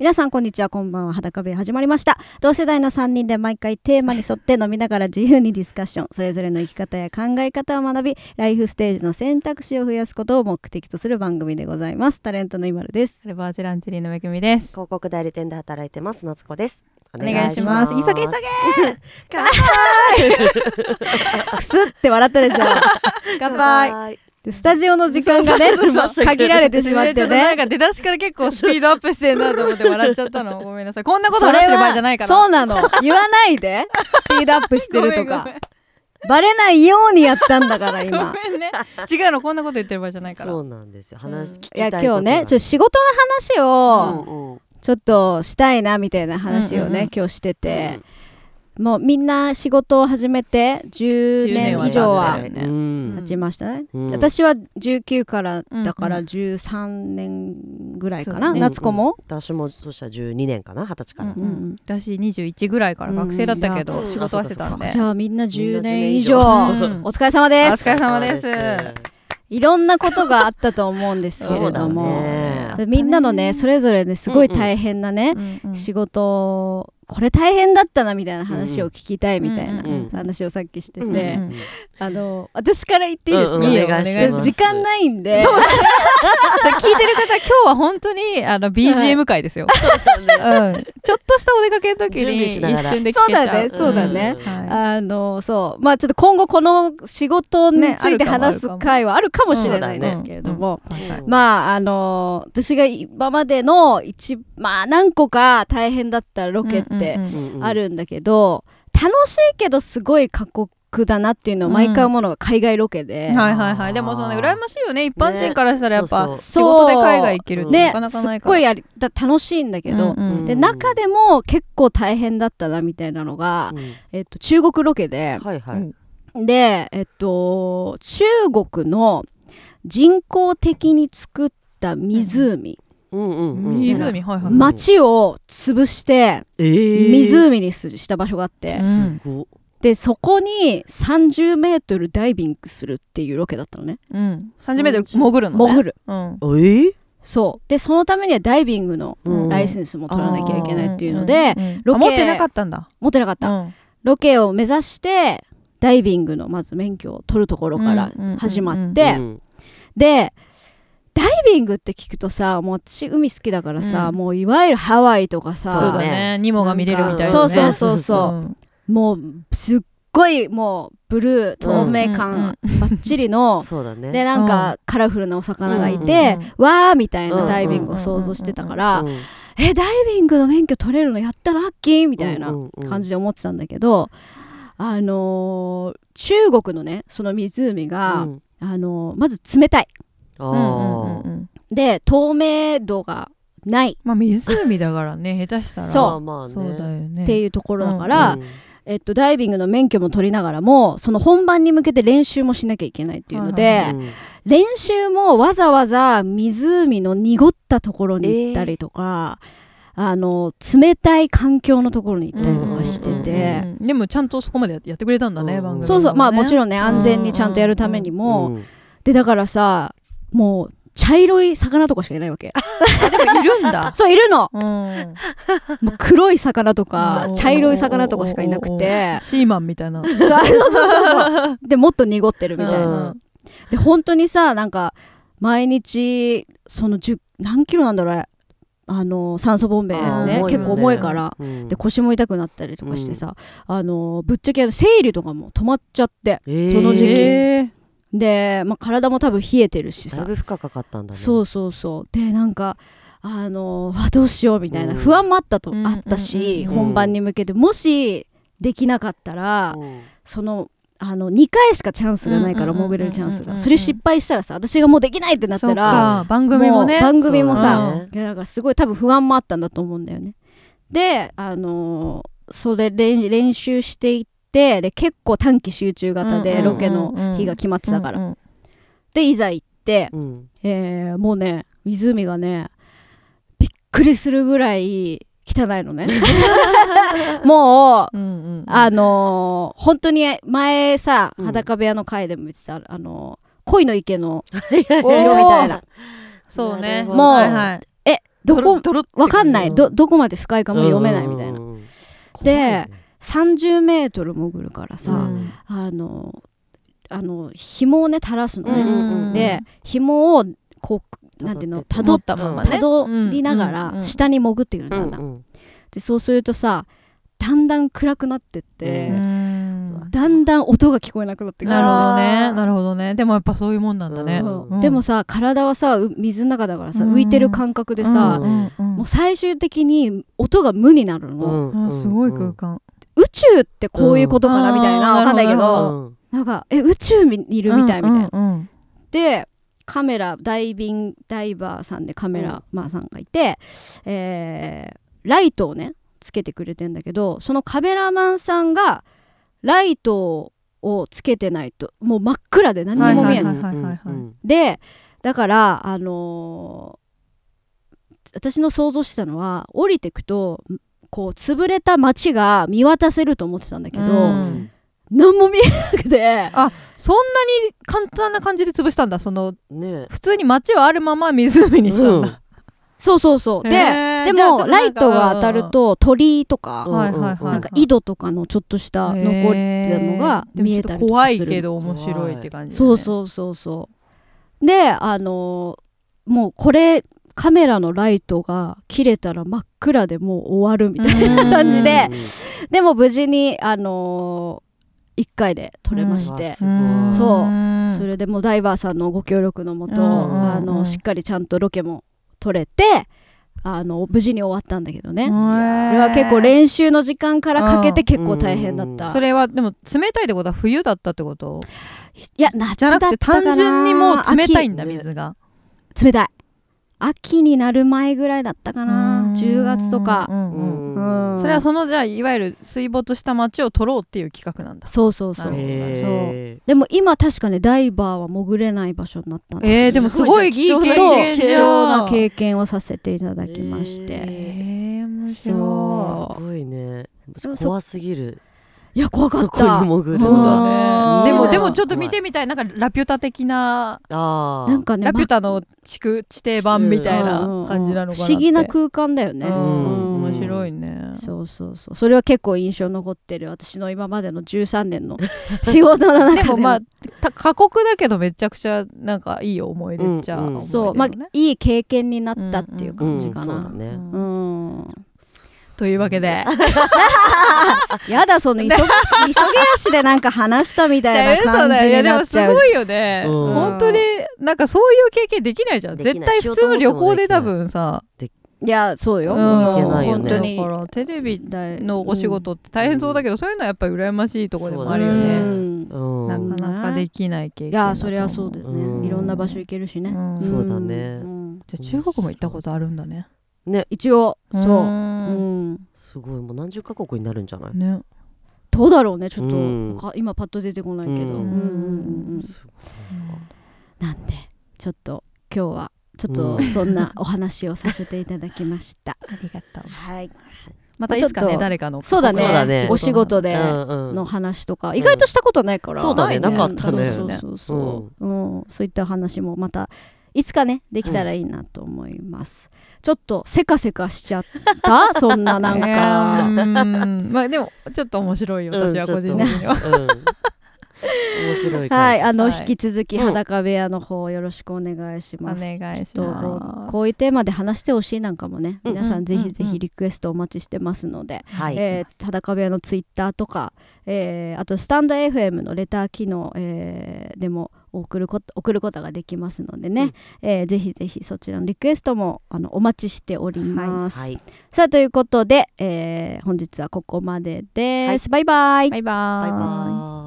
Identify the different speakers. Speaker 1: 皆さんこんにちはこんばんは裸部屋始まりました同世代の3人で毎回テーマに沿って飲みながら自由にディスカッションそれぞれの生き方や考え方を学びライフステージの選択肢を増やすことを目的とする番組でございますタレントの今るです
Speaker 2: サルバージェランチェリーのめぐみです。
Speaker 3: 広告代理店で働いてます夏子ですお
Speaker 2: お願いします。急げ急げ。
Speaker 1: くすって笑ったでしょ 乾杯
Speaker 3: 乾杯
Speaker 1: でスタジオの時間がね
Speaker 3: そうそうそう
Speaker 1: 限られてしまっ
Speaker 2: ちょ
Speaker 1: て
Speaker 2: っとなん
Speaker 1: ね
Speaker 2: か出だしから結構スピードアップしてんなと思って笑っちゃっ たの。ごめんなさい。こんなこと
Speaker 1: そ
Speaker 2: 話し
Speaker 1: れ
Speaker 2: てる場合じゃないか
Speaker 1: は
Speaker 2: ら。
Speaker 1: そうなの言わないでスピードアップしてると
Speaker 2: ごめ
Speaker 1: か
Speaker 2: ん
Speaker 1: バレないようにやったんだから
Speaker 2: ごめん
Speaker 1: 今
Speaker 2: ごめんね。違うのこんなこと言ってる場合じゃないから。
Speaker 3: そうなんですよ話
Speaker 2: うん
Speaker 3: 聞き
Speaker 1: い
Speaker 3: た
Speaker 1: や
Speaker 3: いことが
Speaker 1: 今日ねちょっと仕事の話を
Speaker 3: うんうん
Speaker 1: ちょっとしたいなみたいな話をね、
Speaker 2: うんうんうん
Speaker 1: 今日してて、もうみんな仕事を始めて10年以上は
Speaker 2: 10年は
Speaker 3: うん
Speaker 1: 経ちましたね、
Speaker 3: うん
Speaker 1: 私は19からだか
Speaker 2: うん
Speaker 1: ら
Speaker 2: う
Speaker 1: 13年ぐらいかな、
Speaker 2: そうだね
Speaker 1: 夏子も、
Speaker 3: 私もそしたら12年かな二十歳から
Speaker 2: う
Speaker 1: う
Speaker 2: ん
Speaker 1: んうん
Speaker 2: 私21ぐらいから学生だったけど、
Speaker 3: うん
Speaker 2: 仕事はしてたんで。
Speaker 1: じゃあみんな10年以
Speaker 3: みん
Speaker 1: 上
Speaker 3: な
Speaker 2: 10年以上うん
Speaker 1: お疲れ様です
Speaker 2: お疲れ様です
Speaker 1: いろんなことがあったと思うんですけれど
Speaker 3: そうだ
Speaker 1: も、
Speaker 3: ね
Speaker 1: みんなのねそれぞれねすごい大変なね、
Speaker 2: うんうん
Speaker 1: 仕事これ大変だったなみたいな話を聞きたいみたいな
Speaker 2: うん
Speaker 3: うん
Speaker 1: 話をさっきしてて、
Speaker 3: うん
Speaker 2: うん
Speaker 1: あの私から言っていいですか、
Speaker 3: うん
Speaker 2: うんいいよお願いします
Speaker 1: 時間ないんで
Speaker 2: 聞いてる方、今日は本当にあの BGM 会ですよ。うん。ちょっとしたお出かけの時
Speaker 3: 準備
Speaker 2: に一
Speaker 3: しながら
Speaker 2: 瞬で聞けちゃう。
Speaker 1: そうだね
Speaker 3: そうだ
Speaker 2: んはい
Speaker 1: あのそうまあちょっと今後この仕事について
Speaker 2: ねあるかも
Speaker 1: 話す会はあるかもしれないですけれども、
Speaker 2: はいはい
Speaker 1: まああの私が今までの一まあ何個か大変だったロケって
Speaker 2: うんうんうん
Speaker 1: あるんだけど、楽しいけどすごい過酷だなっていうのを毎回思うのが海外ロケで、
Speaker 2: はいはいはい。でもその羨ましいよね。一般人からしたらやっぱ、
Speaker 3: ねそう
Speaker 2: 仕事で海外行けるって
Speaker 1: ね
Speaker 2: なかなかない
Speaker 1: すっ
Speaker 2: から。
Speaker 1: ごいやりだ楽しいんだけど、
Speaker 2: うんうん
Speaker 1: で
Speaker 3: うん
Speaker 1: 中でも結構大変だったなみたいなのが、えっと、中国ロケで、
Speaker 3: はいは
Speaker 2: う
Speaker 3: い
Speaker 2: ん
Speaker 1: で、えっと、中国の人工的に作った湖、
Speaker 3: うんうんうん
Speaker 2: 湖、はいはい。
Speaker 3: んま
Speaker 1: 町を潰して
Speaker 3: えー
Speaker 1: 湖にすした場所があって、
Speaker 2: うん
Speaker 3: すご
Speaker 1: でそこに30メートルダイビングするっていうロケだったのね
Speaker 2: うん。30メートル潜るのね。
Speaker 1: 潜る
Speaker 2: うん。
Speaker 3: えー
Speaker 1: そうでそのためにはダイビングの
Speaker 3: うん
Speaker 1: ライセンスも取らなきゃいけないっていうので、
Speaker 2: うんうんうん
Speaker 1: ロケ
Speaker 2: あ持ってなかったんだ。
Speaker 1: 持ってなかった、
Speaker 2: うん
Speaker 1: ロケを目指してダイビングのまず免許を取るところから始まって、
Speaker 3: うん
Speaker 1: でダイビングって聞くとさもう私海好きだからさ、
Speaker 2: うん
Speaker 1: もういわゆるハワイとか
Speaker 2: そうだ
Speaker 1: さ、
Speaker 2: ね。ニモが見れるみたいなね。
Speaker 1: そうそうそうそう
Speaker 2: うん。
Speaker 1: もうすっごいもうブルー透明感ばっちり の、
Speaker 3: そうだね
Speaker 1: でなんかカラフルなお魚がいて
Speaker 2: で、、
Speaker 1: わーみたいなダイビングを想像してたから、
Speaker 3: うん
Speaker 1: えダイビングの免許取れるのやったらラッキーみたいな
Speaker 3: うんうんうん
Speaker 1: 感じで思ってたんだけど、あのー中国のねその湖が、
Speaker 3: うん
Speaker 1: あのーまず冷たい
Speaker 3: あ
Speaker 2: うんうんうん
Speaker 3: ー
Speaker 2: うん
Speaker 1: で透明度がない
Speaker 2: まあ湖だからね、下手したら。
Speaker 1: そう
Speaker 3: まあまあね
Speaker 2: そうだよね。
Speaker 1: って
Speaker 2: う。
Speaker 1: いうところだか
Speaker 2: う
Speaker 1: ら、
Speaker 3: うん
Speaker 1: えっと、ダイビングの免許も取りながらもその本番に向けて練習もしなきゃいけないっていうので、
Speaker 2: はい
Speaker 3: うん
Speaker 1: 練習もわざわざ湖の濁ったところに行ったりとか、あの冷たい環境のところに行ったりとかしてて。
Speaker 2: うんうんうんでもちゃんとそこまでやってくれたんだ
Speaker 3: う
Speaker 2: ね、
Speaker 3: ん
Speaker 2: 番組もね。
Speaker 1: そうそうまあもち
Speaker 2: ん。
Speaker 1: ろんね安全にちゃんとやるためにも、
Speaker 3: うん
Speaker 1: でだからさもう茶色い魚とかしかいないわけ
Speaker 2: いるんだ。
Speaker 1: そういる の
Speaker 2: うん。
Speaker 1: もう黒い魚とか
Speaker 2: うん
Speaker 1: 茶色い魚とかしかいなくて
Speaker 2: シーマン みたいな。み
Speaker 1: そうそうそうそう そうでもっと濁ってるみたいな、
Speaker 3: うん
Speaker 1: で本当にさなんか毎日その10何キロなんだろうあれあの酸素ボンベ
Speaker 3: あー
Speaker 1: ね
Speaker 3: 重いよ
Speaker 1: 結構重いから、
Speaker 3: うん
Speaker 1: で腰も痛くなったりとかしてさ、あのぶっちゃけ生理とかも止まっちゃって
Speaker 3: えー
Speaker 1: その時期
Speaker 2: え
Speaker 1: で、まあ、体も多分冷えてるし
Speaker 3: だい
Speaker 1: さ
Speaker 3: ぶ負荷かかったんだね
Speaker 1: そうそうそうでなんかあの ーうわどうしようみたいな
Speaker 3: うん
Speaker 1: 不安もあったと、
Speaker 2: うん
Speaker 1: あったし、
Speaker 2: うん
Speaker 3: うん
Speaker 1: 本番に向けてもしできなかったら、
Speaker 3: うん
Speaker 1: そのあの2回しかチャンスがないから
Speaker 2: うんうんうんうん
Speaker 1: 潜れるチャンス
Speaker 2: うんうんう
Speaker 1: が
Speaker 2: ん
Speaker 1: それ失敗したらさ私がもうできないってなったら
Speaker 2: ら番組もね
Speaker 1: う番組も
Speaker 2: そうだ
Speaker 1: さ
Speaker 3: ね
Speaker 1: いやだからすごい多分不安もあったんだと思うんだよねであのーそれで練習していってで結構短期集中型
Speaker 2: うん
Speaker 1: で
Speaker 2: うんうん
Speaker 1: ロケの日が決まってたから、
Speaker 2: うんうん
Speaker 1: でいざ行って
Speaker 3: うん
Speaker 1: えーもうね湖がねびっくりするぐらい汚いの ねもう
Speaker 2: うんうん
Speaker 1: あのー本当に前さ
Speaker 3: うん
Speaker 1: 裸部屋の回でも言ってた、あのー恋の池の
Speaker 2: おー
Speaker 1: 色みたいな
Speaker 2: そうね
Speaker 3: なるほ
Speaker 1: どもう
Speaker 2: はいはい
Speaker 1: えどこ
Speaker 2: ドロッ
Speaker 1: わかんない
Speaker 3: うん
Speaker 1: どどこまで深いかも読めないみたいな
Speaker 3: うんうんうん
Speaker 1: で
Speaker 3: 怖いよね
Speaker 1: 30メートル潜るからさ、
Speaker 3: うん
Speaker 1: あのあの紐をね垂らすのね、
Speaker 3: うんうんうん
Speaker 1: で紐をこうなんていうの
Speaker 3: 辿
Speaker 1: たどっ
Speaker 3: っ
Speaker 2: てったた
Speaker 1: ま
Speaker 2: ま
Speaker 1: ま
Speaker 2: ま
Speaker 1: ね
Speaker 2: ね
Speaker 1: たどりなが
Speaker 2: うんうんう
Speaker 1: ら
Speaker 2: ん
Speaker 1: 下に潜ってくるんだんだん、
Speaker 3: うん
Speaker 1: でそうするとさだんだん暗くなってって、
Speaker 3: う
Speaker 1: だんだん音が聞こえなくなってく
Speaker 2: なるほどねな
Speaker 1: る
Speaker 2: るほどねでもやっぱそういうもんなんだね、
Speaker 3: ほど
Speaker 2: うん
Speaker 1: でもさ体はさう水の中だからさ
Speaker 2: うん
Speaker 1: 浮いてる感覚でさ、
Speaker 2: うんうん
Speaker 1: もう最終的に音が無になるの、
Speaker 2: あすごい空
Speaker 3: う
Speaker 2: 間
Speaker 1: 宇宙ってこういうことかな
Speaker 2: うん
Speaker 1: みたいな
Speaker 2: あー
Speaker 1: わかんないけ
Speaker 2: なるほ
Speaker 1: ど
Speaker 3: んうん
Speaker 1: なんかえ宇宙にいるみたいみたいな、
Speaker 2: うんうん
Speaker 1: でカメラダイビングダイバーさんでカメラマンさんがいて、えーライトをねつけてくれてんだけどそのカメラマンさんがライトをつけてないともう真っ暗で何
Speaker 2: は
Speaker 1: に
Speaker 2: い
Speaker 1: も見えない、
Speaker 2: はいはいはいはい
Speaker 3: うん
Speaker 1: でだからあのー私の想像してたのは降りてくとこう潰れた街が見渡せると思ってたんだけど、
Speaker 2: うん
Speaker 1: 何も見えなくて
Speaker 2: そんなに簡単な感じで潰したんだその
Speaker 3: うんね
Speaker 2: 普通に街はあるまま湖にしたんだ、
Speaker 1: そうそうそうで、
Speaker 2: へー
Speaker 1: で
Speaker 2: じゃあちょっ
Speaker 1: も
Speaker 2: とな
Speaker 1: ラ
Speaker 2: んか
Speaker 1: イトが当たると鳥居とか、
Speaker 3: うん
Speaker 2: はいはいはい
Speaker 1: なんか井戸とかのちょっとした残ってたのが
Speaker 2: へー
Speaker 1: 見えたりと
Speaker 2: でもちょっと怖
Speaker 1: か
Speaker 2: い
Speaker 1: す
Speaker 2: け
Speaker 1: る
Speaker 2: ど面白いって感じだね、
Speaker 1: そうそうそうそうであのーもうこれカメラのライトが切れたら真っ暗でもう終わるみたいな 感じで
Speaker 3: うん
Speaker 1: でも無事にあの1回で撮れまして、
Speaker 3: すごい
Speaker 1: そう
Speaker 2: うん
Speaker 1: それでもうダイバーさんのご協力のもと、
Speaker 2: うん
Speaker 1: あ
Speaker 2: う
Speaker 1: の
Speaker 2: ん
Speaker 1: しっかりちゃんとロケも撮れてあの無事に終わったんだけどね、これは結構練習の時間からかけて結構大変だった、
Speaker 3: うん
Speaker 2: それはでも冷たいってことは冬だったってこと
Speaker 1: いや夏
Speaker 2: じゃ
Speaker 1: だっ
Speaker 2: な
Speaker 1: た
Speaker 2: く
Speaker 1: か
Speaker 2: て
Speaker 1: な
Speaker 2: 単純にもう冷たいんだ
Speaker 3: 秋
Speaker 2: 水が
Speaker 1: 秋冷たい秋になる前ぐらいだったかな10月とか
Speaker 2: うん
Speaker 3: う
Speaker 2: うん
Speaker 3: ん
Speaker 1: うん
Speaker 2: それはそのじゃあいわゆる水没した街を取ろうっていう企画なんだ
Speaker 1: そうそうそ
Speaker 2: なるほど
Speaker 1: う
Speaker 2: ね
Speaker 3: へー
Speaker 1: でも今確かねダイバーは潜れない場所になったんです
Speaker 2: えー、でもすごいいい
Speaker 3: す
Speaker 2: 経
Speaker 3: ごいね
Speaker 2: 験
Speaker 1: そう
Speaker 2: じゃん
Speaker 1: 貴重な経験をさせていただきまし
Speaker 3: え
Speaker 1: て、
Speaker 3: ー
Speaker 2: えー、面
Speaker 1: そ
Speaker 2: 白
Speaker 3: すごいね
Speaker 1: でもそ
Speaker 3: 怖すぎる
Speaker 1: いや怖か
Speaker 3: そ
Speaker 1: っ
Speaker 3: こに
Speaker 1: た
Speaker 3: 潜る
Speaker 2: いそう
Speaker 3: の
Speaker 1: んうん
Speaker 2: だね
Speaker 1: い
Speaker 2: でも
Speaker 1: い
Speaker 2: でもちょっと見てみたいなんかラピュタ的な
Speaker 3: あー
Speaker 1: なんかね
Speaker 2: ラピュタの地区地底版みたいな感じなのかなって
Speaker 1: 不思議な空間だよね、
Speaker 2: う
Speaker 3: うん
Speaker 2: ん
Speaker 3: うん
Speaker 2: 面白いね
Speaker 1: そうそうそうそれは結構印象残ってる私の今までの13年の 仕事の中で
Speaker 2: でもまあた過酷だけどめちゃくちゃなんかいい思い出っちゃ
Speaker 3: うんうん
Speaker 2: 思い出だ
Speaker 1: そ
Speaker 2: よ
Speaker 1: うまあ
Speaker 2: ね
Speaker 1: いい経験になったっていう感じか
Speaker 3: うんうんうんそうだ
Speaker 1: な
Speaker 3: ね
Speaker 1: う、
Speaker 2: うんというわけで
Speaker 1: やだそ の急ぎし急ぎ足でなんか話したみたいな
Speaker 2: 嘘
Speaker 1: 感
Speaker 2: だ
Speaker 1: じ
Speaker 2: よいや
Speaker 1: に
Speaker 2: で
Speaker 1: な
Speaker 2: も
Speaker 1: っ
Speaker 2: す
Speaker 1: ちゃう
Speaker 2: ごいよね
Speaker 3: うん
Speaker 2: 本当になんかそういう経験できないじゃん
Speaker 3: でき
Speaker 2: 絶
Speaker 3: ない
Speaker 2: 対普通の旅行で多分さ
Speaker 1: いやそうよ、
Speaker 2: う
Speaker 3: も
Speaker 2: ん
Speaker 3: ういけないよね
Speaker 1: 本当に
Speaker 2: だからテレビ
Speaker 1: だい
Speaker 2: のお仕事って大変そうだけどそういうのはやっぱり羨ましいとこでもあるよ
Speaker 3: そうだ
Speaker 1: う
Speaker 2: ね
Speaker 1: ん
Speaker 3: うん
Speaker 2: なかなかできない経験
Speaker 1: い
Speaker 2: だと思
Speaker 1: やそりゃそうだよね、
Speaker 3: うん
Speaker 1: いろんな場所行けるしね、
Speaker 2: うん
Speaker 1: ん
Speaker 3: そうだね
Speaker 1: ん
Speaker 2: じゃあ中国も行ったことあるんだね
Speaker 3: ね
Speaker 1: 一応そう、う、
Speaker 2: うん
Speaker 3: すごいもう何十カ国になるんじゃない
Speaker 2: ね
Speaker 1: どうだろうねちょっと、
Speaker 3: うん
Speaker 1: か今パッと出てこないけど、
Speaker 3: うん
Speaker 1: うんうんうん
Speaker 3: すごい
Speaker 1: なんでちょっと今日はちょっと
Speaker 3: うん
Speaker 1: そんなお話をさせていただきま した。
Speaker 2: ありがとう
Speaker 1: はい、
Speaker 2: またいつか
Speaker 1: まあちょっ
Speaker 2: ね
Speaker 1: と
Speaker 2: 誰かの
Speaker 1: そうだね
Speaker 3: そうだね
Speaker 1: お仕事で
Speaker 3: うんうん
Speaker 1: の話とか、意外としたことないから、
Speaker 3: そうだね
Speaker 1: ない
Speaker 2: なかったね
Speaker 1: そう
Speaker 2: ね
Speaker 1: そうそう、うんそういった話もまたいつかねできたらいいなと思います。ちょっとせかせかしちゃった そんななん
Speaker 2: いや
Speaker 1: か。
Speaker 2: ーうんまあでもちょっと面白いよ私は個人的には、
Speaker 3: うんちょっとうん面白い感じ
Speaker 1: はい、あの
Speaker 2: はい
Speaker 1: 引き続き
Speaker 3: うん
Speaker 1: 裸部屋の方よろしくお願いし ます。
Speaker 2: お願いし
Speaker 1: とこ
Speaker 2: ま
Speaker 1: う
Speaker 2: す
Speaker 1: こういうテーマで話してほしいなんかもね、
Speaker 3: うん
Speaker 1: 皆さんぜ
Speaker 2: うんう
Speaker 1: ひ
Speaker 2: ん
Speaker 1: ぜひリクエストお待ちしてますので、
Speaker 3: はい
Speaker 1: えー裸部屋のツイッターとか、えーあとスタンド FM のレター機能、えーでも送ること送ることができますのでね、えーぜひぜひそちらのリクエストもあのお待ちしております。
Speaker 3: はい
Speaker 1: さあということで、えー本日はここまでです。バイバイ
Speaker 2: バイバ
Speaker 3: バイ
Speaker 2: ー
Speaker 3: バーイ